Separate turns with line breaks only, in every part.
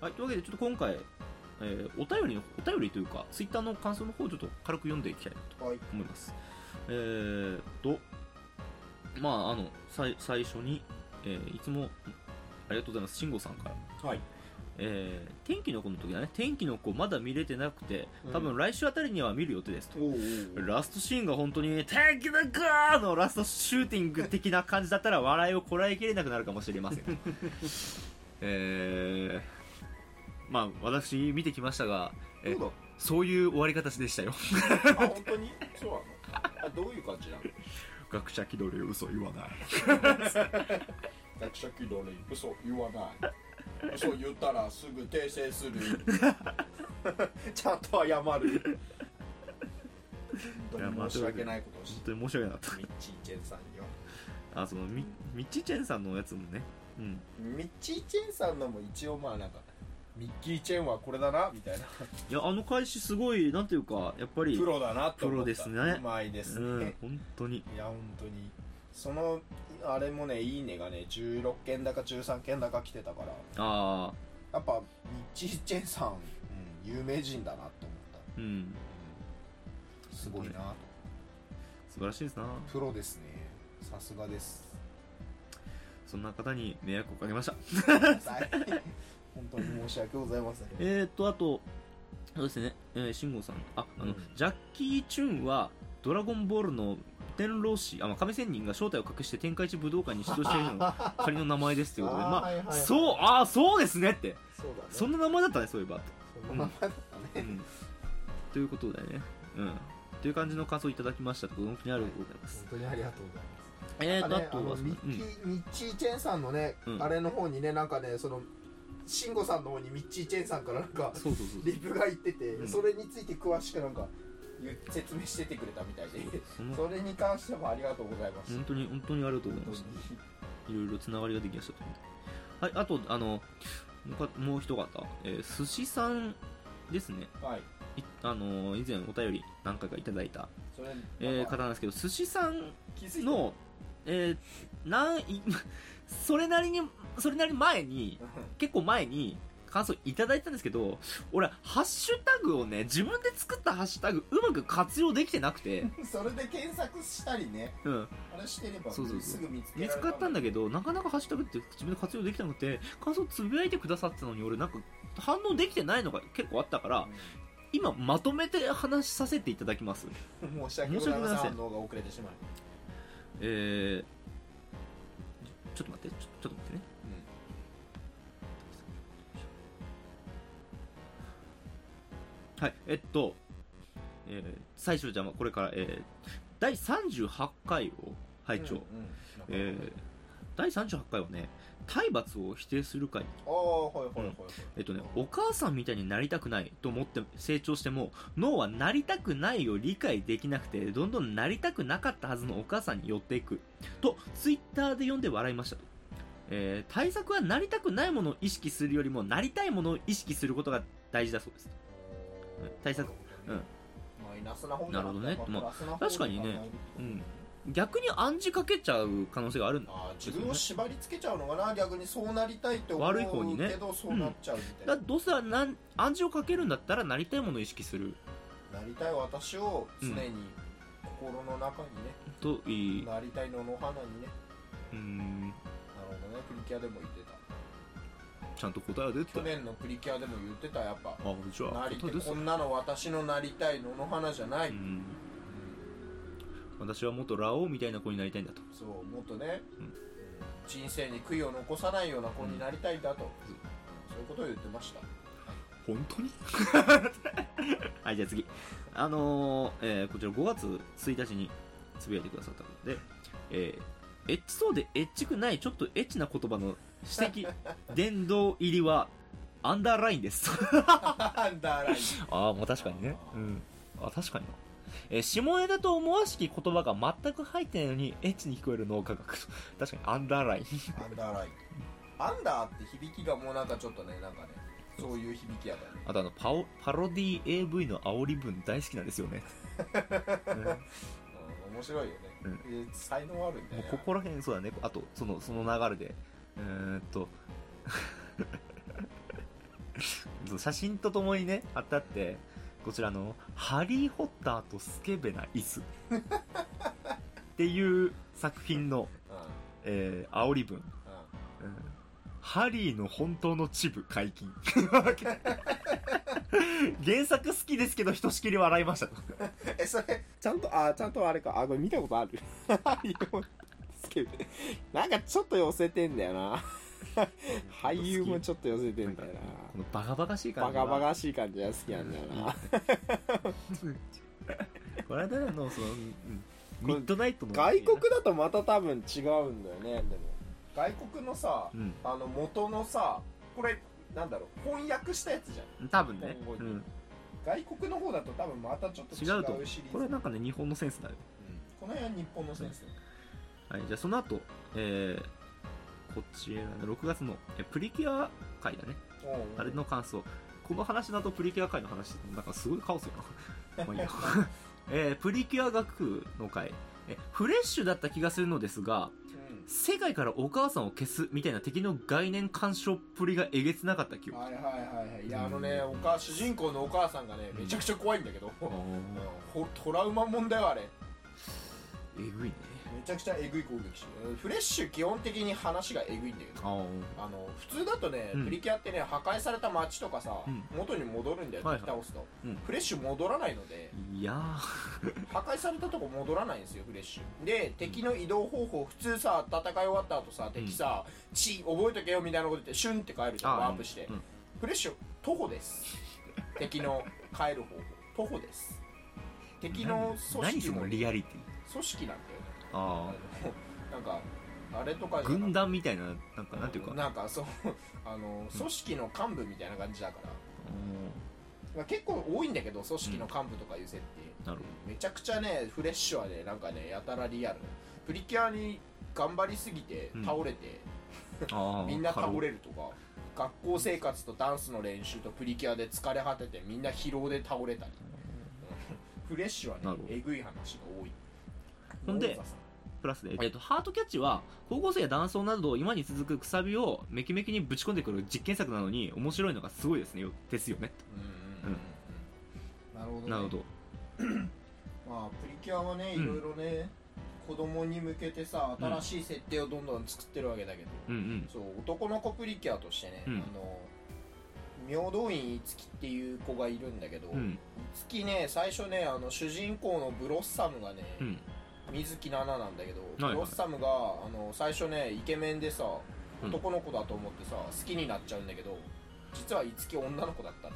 はい、というわけで、ちょっと今回、えーお便りの、お便りというか、ツイッターの感想の方をちょっと軽く読んでいきたいなと
はい。
思います。えーっと、まあ、あの、最最初に、えーいつも、ありがとうございます、慎吾さんから。
はい。
えー天気の子の時だね、天気の子まだ見れてなくて、多分来週あたりには見る予定ですと。
おおー。
ラストシーンが本当に、天気の子のラストシューティング的な感じだったら、笑いをこらえきれなくなるかもしれません。 えー、まあ、私見てきましたが、え
そう
そういう終わり方でしたよ。
だ。あ、本当にそうなのあ、どういう感じなの
学者気取り嘘言わない。
学者気取り、嘘言わない。嘘言ったらすぐ訂 正する。ちゃんと謝る。本当に申し訳ないことをし
本当に申し訳なか
ミッチーチェンさんよ。
った。あ、その、み、みっちーちゃんさんのやつもね。うん。
ミッチーチェンさんのも一応まあなんか、ミッキーチェンはこれだな、みたいな。
いや、あの開始すごい、なんていうか、やっぱり、
プロだなと思った。
プロですね
うまいです
う
ね。
ん、本当に。
いや本当にそのあれもね「いいね」がね16件だか13件だか来てたから
あ
やっぱミッチー・チェンさん、うん有名人だなと思っ
あ、うん。
たすごいなと
素晴らしいですな。
プロですねさすが です
そんな方に迷惑をかけました。
大変本当に申し訳ございません
えー、っと、あと、そうですね、えー、慎吾さん、あ、あの、
うん
ジャッキー・チュンは、ドラゴンボールの天老師、あ、まあ、亀仙人が正体を隠して天下一武道会に出場しているの が仮の名前ですということで、
あー
まあ、
はいはいはい
そう、ああ、そうですねって、
そうだね
そんな名前だったね、そういえば。
そんな名前だったね、
うん。ということでね、うん。という感じの感想をいただきましたと、本当にありがとうございます。
本当にありがとうございます
えー、
なん
っと、あ
かねあ
と
の
は、
ミッキーミッチー・チェンさんのね、
うん
あれの方にねなんかねその慎吾さんの方にミッチー・チェンさんからなんか
そうそうそう
リプが言ってて、
うん
それについて詳しくなんか言う説明しててくれたみたいで
その
それに関してもありがとうございました、
本当に、本当にありがとうございま
本
した。
当に
いろいろつながりができましたとはい、あと、あの、もうかもう一方、えー寿司さんですね。
はい
いあのー以前お便り何回かいただいた、
それ、
えー
なん
方
か
なんですけど、寿司さん
気づいた
の、えーなん、い それなりに、それなり前に、結構前に、感想いただいたんですけど、俺、ハッシュタグをね、自分で作ったハッシュタグ、うまく活用できてなくて、
うん それで検索したりね
うん。
あれしてれば
そうそうそう
すぐ見つけら
見
れ
つ
た
かったんだ
け
けど、なかなかハッシュタグって自分で活用できなくて、感想つぶやいてくださってたのに、俺なんか反応できてないのが結構あったから、今まとめて話しさせていただきます。
申し訳ございませ
申し訳ご
ん
ざいません
反応が遅れてしまい、
えー、ちょっと待って、ちょちょっと待ってね。はい、えっと、えー最初じゃあまあこれから、えー、第38回を拝聴、
うんうん
えー、第38回はね、体罰を否定する回
ああはいはいはいはい、
えっとね、お母さんみたいになりたくないと思って成長しても、脳はなりたくないを理解できなくて、どんどんなりたくなかったはずのお母さんに寄っていく。と、ツイッターで読んで笑いましたと。えー対策はなりたくないものを意識するよりも、なりたいものを意識することが大事だそうです。うん対策
なるほどねマイナスな方じゃなくて
なるほどね
まあプラスな方
確かにね
考えると
うん逆に暗示かけちゃう可能性があるんだ。
あー自分を縛り付けちゃうのかな逆にそうなりたいと思う
悪い方にね
けどそうなっちゃうみたいな、
だどうせはなん暗示をかけるんだったら、なりたいものを意識する
なりたい私を常に
うん
心の中にね、
といい。う
なりたいのの花にね
ーん、
なるほどねプリキュアでも言ってた
ちゃんと答えは出てた
去。年のプリキュアでも言ってたやっぱ
あ、じゃあ、
な
答
り
え出て
て
た
こんなの私のなりたいのの花じゃない、
う
うん
ん私はもっとラオウみたいな子になりたいんだと
そうもっとね、
うん
うん人生に悔いを残さないような子になりたいんだと、
うん
そういうことを言ってました
本当に はいじゃあ次あのーえーこちら5月1日につぶやいてくださったので、えーエッチそうでエッチくないちょっとエッチな言葉の指 摘殿堂入りはアンダーラインです
アンダーライン
ああもう確かにねうんあ確かになえー下ネタと思わしき言葉が全く入ってないのにエッチに聞こえる脳科学確かにアンダーライン
アンダーライン。アンダーって響きがもうなんかちょっとね、なんかね、そういう響きやからね。
あとあのパオパロディ AV の煽り文大好きなんですよね、うんも
うん、面白いよね。
うん
えー才能あるんだよ
う
ね。
ここら辺そうだねあとそのその流れでうーんと そう写真とともにね貼ってあってこちらの「ハリー・ホッターとスケベな椅子」っていう作品の、えー、煽り文、うんハリーの本当のチブ解禁原作好きですけどひとしきり笑いました
えそれちゃんとあちゃんとあれかあこれ見たことある ハリーもスケベなんかちょっと寄せてんだよな俳優もちょっと寄せてんだよ
このバカバカしい
な
感
バ
じが
カバカしい感じが好きなんだよな
この間のそのうんミッドナイトの
外国だとまた多分違うんだよねでも
外国のさ
うん
あの元のさこれなんだろう翻訳したやつじゃん
多分ね
日本語
うん
外国の方だと多分またちょっと違
違うと思
うシリーズ
これなんかね日本のセンスだよ
うんこの辺は日本の先生
はい、じゃあその後、えー、こちらの6月のえプリキュア会だね、あれの感想。この話の後プリキュア会の話、なんかすごいカオスよ な。まあいいや えープリキュア学の会え。フレッシュだった気がするのですが、
う
世界からお母さんを消すみたいな敵の概念干渉っぷりがえげつなかった記
ん
憶。
はいはいはいはいいやあのねお母主人公のお母さんがねめちゃくちゃ怖いんだけど
あー
ほトラウマもんだよあれ
えぐいね。
めちゃくちゃえぐい攻撃してるフレッシュ基本的に話がえぐいんだよ
あー
あの普通だとね、
うん
プリキュアってね破壊された街とかさ、
うん
元に戻るんだよ、
はいはい
敵倒すと、
うん
フレッシュ戻らないので
いやー
破壊されたとこ戻らないんですよフレッシュで敵の移動方法普通さ戦い終わった後さ敵さ「地覚えとけよ」みたいなこと言ってシュンって帰るじゃん
あー
ワープして、
うん
フレッシュ徒歩です敵の帰る方法徒歩です敵の組
何
織
そ
も
の
組
リアリティ
織なんだよね
あ
あのなんかあれとか
あ。
じゃなくて
軍団みたいな、なんかなんていうか。
なんかそうあの組織の幹部みたいな感じだから、
う
まあ結構多いんだけど組織の幹部とかいう設定、
んなるほど。
めちゃくちゃねフレッシュはねなんかねやたらリアルプリキュアに頑張りすぎて
うん
倒れて、
あー
みんな倒れるとか学校生活とダンスの練習とプリキュアで疲れ果ててみんな疲労で倒れたりフレッシュは
な
ね
るほど
えぐい話が多い
ほんで
王座さ
プラスで、えっと、ハートキャッチは高校生や男装など今に続くくさびをメキメキにぶち込んでくる実験作なのに面白いのがすごいですねよですよね
うんうんうんうんなるほどね
なるほど
まあプリキュアはね
うん
いろいろね、子供に向けてさ新しい設定をどんどん作ってるわけだけど、
うんうん
そう男の子プリキュアとしてね、
うん
あの明動院いつきっていう子がいるんだけど、
う
い
ん
つきね最初ねあの主人公のブロッサムがね、
うん
水木奈々なんだけど、
はいはい
ブロッサムがあの最初ねイケメンでさ
うん
男の子だと思ってさ好きになっちゃうんだけど実はいつき女の子だったっ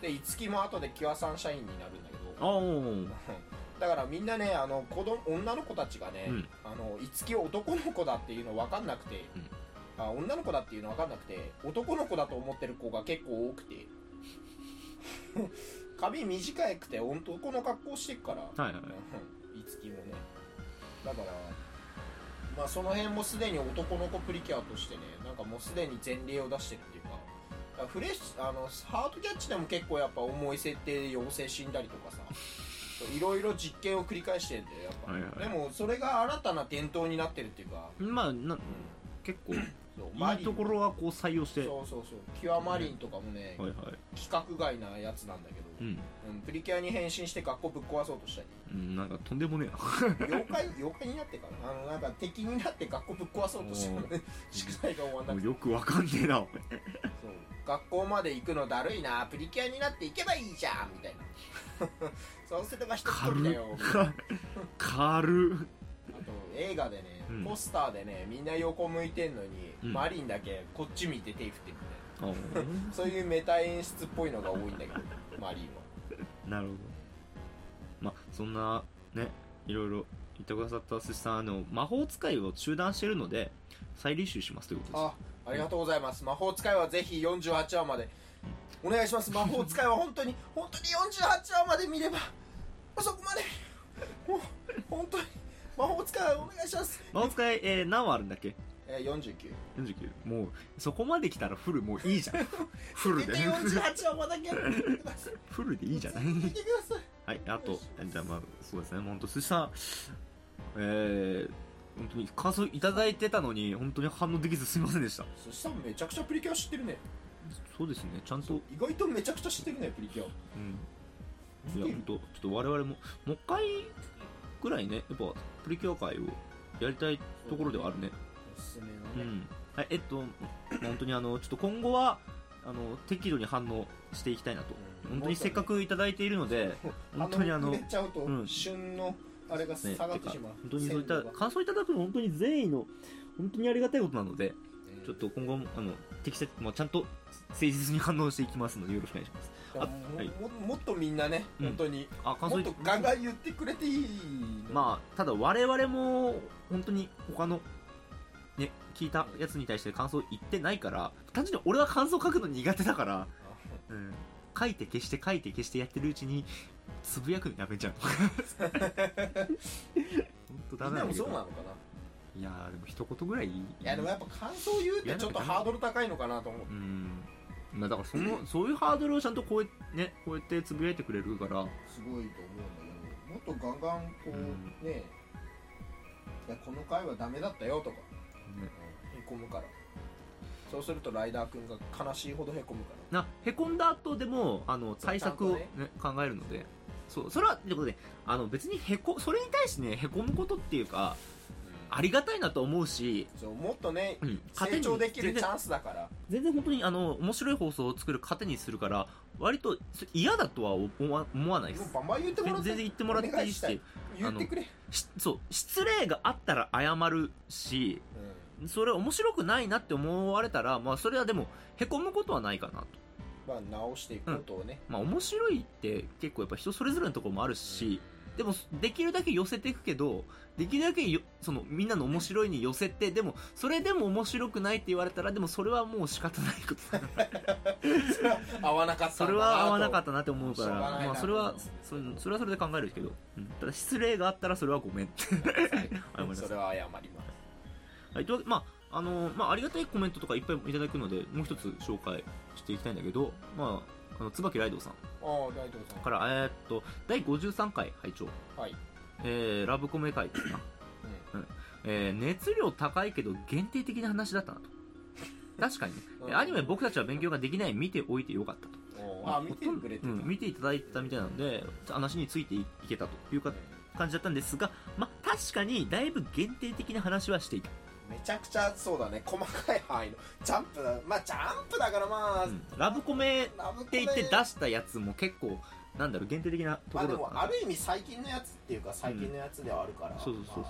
ていうでいつきも後でキュアサンシャインになるんだけど
あー
だからみんなねあの子供女の子たちがね、
うん
あのいつきを男の子だっていうの分かんなくて、
うん
あ女の子だっていうの分かんなくて男の子だと思ってる子が結構多 くて髪短くて男の格好してっから、
はい はい
うんいつきもねだからまあその辺もすでに男の子プリキュアとしてねなんかもうすでに前例を出してるっていうかだからフレッシュあのハートキャッチでも結構やっぱ重い設定で妖精死んだりと かさいろいろ実験を繰り返してんだよやっぱ、
はいはい
でもそれが新たな伝統になってるっていうか、
まあな結構い
そうマリ
い
ン
ところはこう採用し
そ
て
う
は
そうそうキュアマリンとかもね、
いはい
規格外なやつなんだけど、
うん
うんプリキュアに変身して学校ぶっ壊そうとしたり
うんなんかとんでもねえな
妖怪妖怪になってからあのなんか敵になって学校ぶっ壊そうとしてる宿題が終わん
も
なく
う
て
よくわかんねえなお
そう学校まで行くのだるいなプリキュアになって行けばいいじゃんみたいな そうすれば一人だよみたいな
前 軽っ
あと映画でね、
うん
ポスターでねみんな横向いてんのに、
うん
マリンだけこっち見て手振ってるみたい
あー
なそういうメタ演出っぽいのが多いんだけどマリンは
なるほどまあそんなねいろいろ言ってくださった寿司さんあの魔法使いを中断してるので再履修しますということです
あありがとうございます魔法使いはぜひ48話までお願いします魔法使いは本当に本当に48話まで見ればそこまでもう本当に魔法使いお願いします、
魔法使い、えー何話あるんだっけ
えー、49
49もうそこまで来たらフルもういいじゃんフル
見
で
て48話までだけやってください
フルで いいじゃない
見てください
はいあとじゃあまあそうですね本当寿司さんえー、本当に感想いただいてたのに本当に反応できずすいませんでした
寿司さんめちゃくちゃプリキュア知ってるね
そうですねちゃんと、う
意外とめちゃくちゃ知ってるねプリキュ
ん、
ア
いや、ほんと、ちょっと我々も、もう一回ぐらいね、やっぱ、プリキュア会をやりたいところではあるね。
おすすめの
う
ね、
ん。はい、えっと、本当にあの、ちょっと今後は、あの、適度に反応していきたいなと。
うん
本当にせっかくいただいているので、本当にあの、
触れ
ね、
ちゃうと、
うん
旬のあれが
て
下
か
がっ
本
てしまう、
当にそういった
鮮度が
感想いただくの本当に善意の、本当にありがたいことなので、
うん
ちょっと今後も、あの、適切、まあ、ちゃんと誠実に反応していきますので、よろしくお願いします。あ
も
はい
ももっとみんなね
うん
本当に、
あ、感
も
想
っ
い
とガンガン言ってくれていいあ
まあただ我々も本当に他のね聞いたやつに対して感想言ってないから単純に俺は感想書くの苦手だから、うん、書いて消して書いて消してやってるうちにつぶやくのやめちゃう本当
み
ダ
ん
メな
な
んだ
も
け
そう
ど
なのかない
やーでも一言ぐらいい
いやでもやっぱ感想言うってちょっとハードル高いのかなと思う
うんまあだからそのそういうハードルをちゃんと超え,、ね、超えてつぶやいてくれるから
すごいと思うんだけどもっとガンガンこう、
う
ねいやこの回はダメだったよとか、
ね
へこむからそうするとライダーくんが悲しいほどへこむから
なへこんだ後でもあの
そう
対策を、ね
ち
考えるのでそうそれはということであの別にへこそれに対してねへこむことっていうかありがたいなと思うし、
そうもっとね
うん、糧
成
に
長できる
全
チ
然
ャンスだから
全然本当にあの面白い放送を作る糧にするから割とそ嫌だとは思わ思わないで
もう
す
バンバン言ってもら
全
っ
然
て
言ってもらっていい
お
し
願いし言
あの
ってくれ、
しそう失礼があったら謝るしそれ面白くないなって思われたら、まあ、それはでもへこむことはないかなと。
まあ直していくことをね、
まあ、面白いって結構やっぱ人それぞれのところもあるし、でもできるだけ寄せていくけどできるだけよそのみんなの面白いに寄せてでもそれでも面白くないって言われたらでもそれはもう仕方ないこと だから
それは合わなかった
それ
んだなと
は合わなかったなって思うから
しょうがないな
まあ、それは
うん
そそれはそれで考えるけど、うんただ失礼があったらそれはごめんって謝ります
それは謝ります
はいというわけまああのまあ、ありがたいコメントとかいっぱいいただくのでもう一つ紹介していきたいんだけど、まあ、あの椿ライドウさん
ああ大丈夫
から、えーっと第53回拝聴
さんはい、
えーラブコメ会ですな、
う
えー熱量高いけど限定的な話だったなと確かにね、
うん
アニメ僕たちは勉強ができない見ておいてよかったと
んおーあ見てくれてた、
うん見ていただいてたみたいなので話についていけたというか感じだったんですが、まあ、確かにだいぶ限定的な話はしていた、
めちゃくちゃそうだね細かい範囲のジャンプだまあジャンプだからまあ、
うんラブコメっ
ラブコ
て
メ
言って出したやつも結構なんだろう限定的なとこ
まあ
ろ
で
だった
も
な
ある意味最近のやつっていうか最近のやつではあるから、
そうそうそう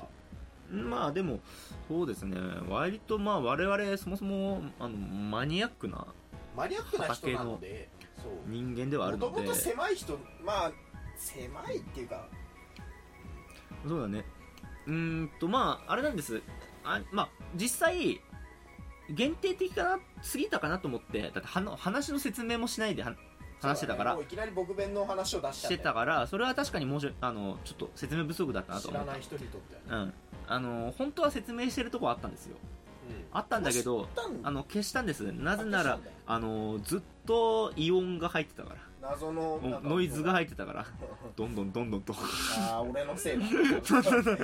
そうまあでもそうですね割とまあ我々そもそもあのマニアックな
まあマニアックな人なのでそう
人間ではある
もと
の
も
で
と狭い人まあ狭いっていうか
そうだねうーんとまああれなんですあまあ実際限定的かな過ぎたかなと思ってだってはな話の説明もしないでは話してたから、
そうだねもういきなり僕弁の話を出しち
し
ゃって
たからそれは確かにもうあのちょっと説明不足だったなと
知
思
ら
う
ない人にとってはね
うんあの本当は説明してるとこあったんですよ
うん
あったんだけど
知ったん
あの消したんですなぜな
あ
ら
そうだよ
あのずっと異音が入ってたから
謎のなんか
ノイズが入ってた からどんどんどんどんと
ああ俺のせいだ
そうそうそう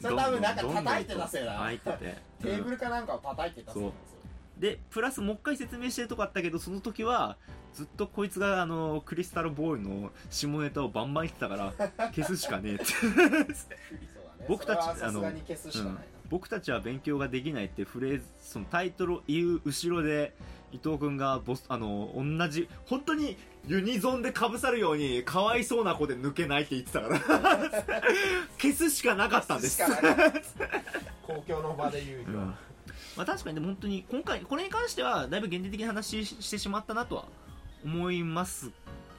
それ多分なんか叩いてたせいだ
入ってて
テーブルかなんかを叩いてたそうなんですよ
でプラスもう一回説明してるとこあったけどその時はずっとこいつがあのクリスタルボーイの下ネタをバンバン言ってたから消すしかねえって
そうだね
僕たち
それはさすがに消すしかないな、
僕たちは勉強ができないってフレーズそのタイトルを言う後ろで伊藤君がボスあの同じ本当にユニゾンでかぶさるようにかわいそうな子で抜けないって言ってたから消すしかなかったんです
しかなかった 公共の場で言うよ、
まあ、確かにでも本当に今回これに関してはだいぶ限定的な話ししてしまったなとは思います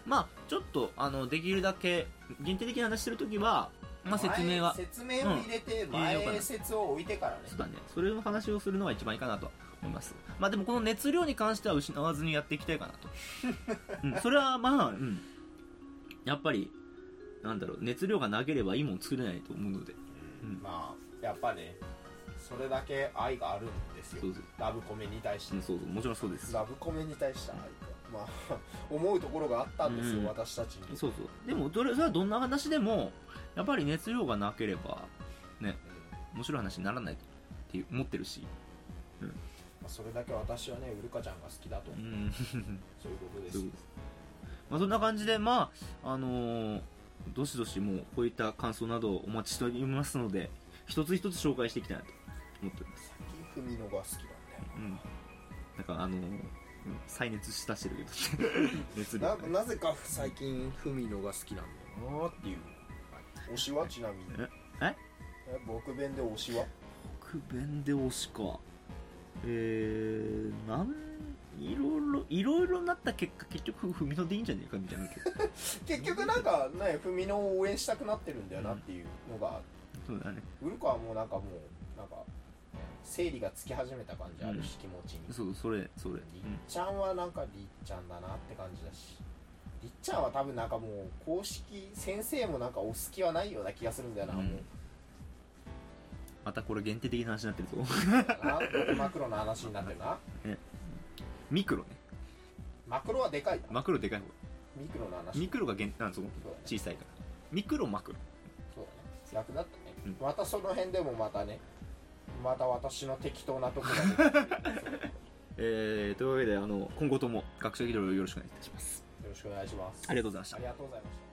まあちょっとあのできるだけ限定的な話してるときは、まあ、説明は
前説明を入れて、
ん入れようかな
前説を置いてからね
そうだねそれの話をするのが一番いいかなとは思いますまあでもこの熱量に関しては失わずにやっていきたいかなと、うん、それはまあ、うん、やっぱりなんだろう熱量がなければいいもん作れないと思うのでうん
まあやっぱねそれだけ愛があるんですよ
そうそう
ラブコメに対し
う
て
ん、そうそうもちろんそうです
ラブコメに対して愛がまあ思うところがあったんですよ、
うん
私たちに
そうそうでもどれそれはどんな話でもやっぱり熱量がなければ面白い話にならないっていう思ってるし、
うまあ、それだけ私はねウルカちゃんが好きだと
うん
そういうことで
そう
す
いうことですまあ、そんな感じでまああのーどしどしもうこういった感想などをお待ちしておりますので一つ一つ紹介していきたいなと思っております
先文のが好きなんだよ
うんなんかあのーうん再熱し出してる けど熱量
な
がね
なぜか最近フミノが好きなんだよなっていう、推しはちなみに
え
え僕弁で推しは
国弁で推しかえー、なんいろいろいろいろなった結果結局踏みのでいいんじゃねえかみたいなけど
結局なんかねフミノを応援したくなってるんだよなっていうのが、
そうだね
ウルカはもうなんかもうなんか整理がつき始めた感じあるし、気持ちに
そうそれそれ、
りっちゃんはなんかりっちゃんだなって感じだしりっちゃんは多分なんかもう公式先生もなんかお好きはないような気がするんだよな、
うん
もう
またこれ限定的な話になってるぞ
なマクロの話になってるな
ミクロね
マクロはでかいな
マクロでかい方
ミクロの話
ミクロが限あそう
そうだね
小さいからミクロマクロ
そうだね楽だったね、
うん
またその辺でもまたねまた私の適当なところが出てくるそうよ
えー、というわけであの今後とも学習議論をよろしくお願いいたします
ろしくお願いします
ありがとうございました
ありがとうございました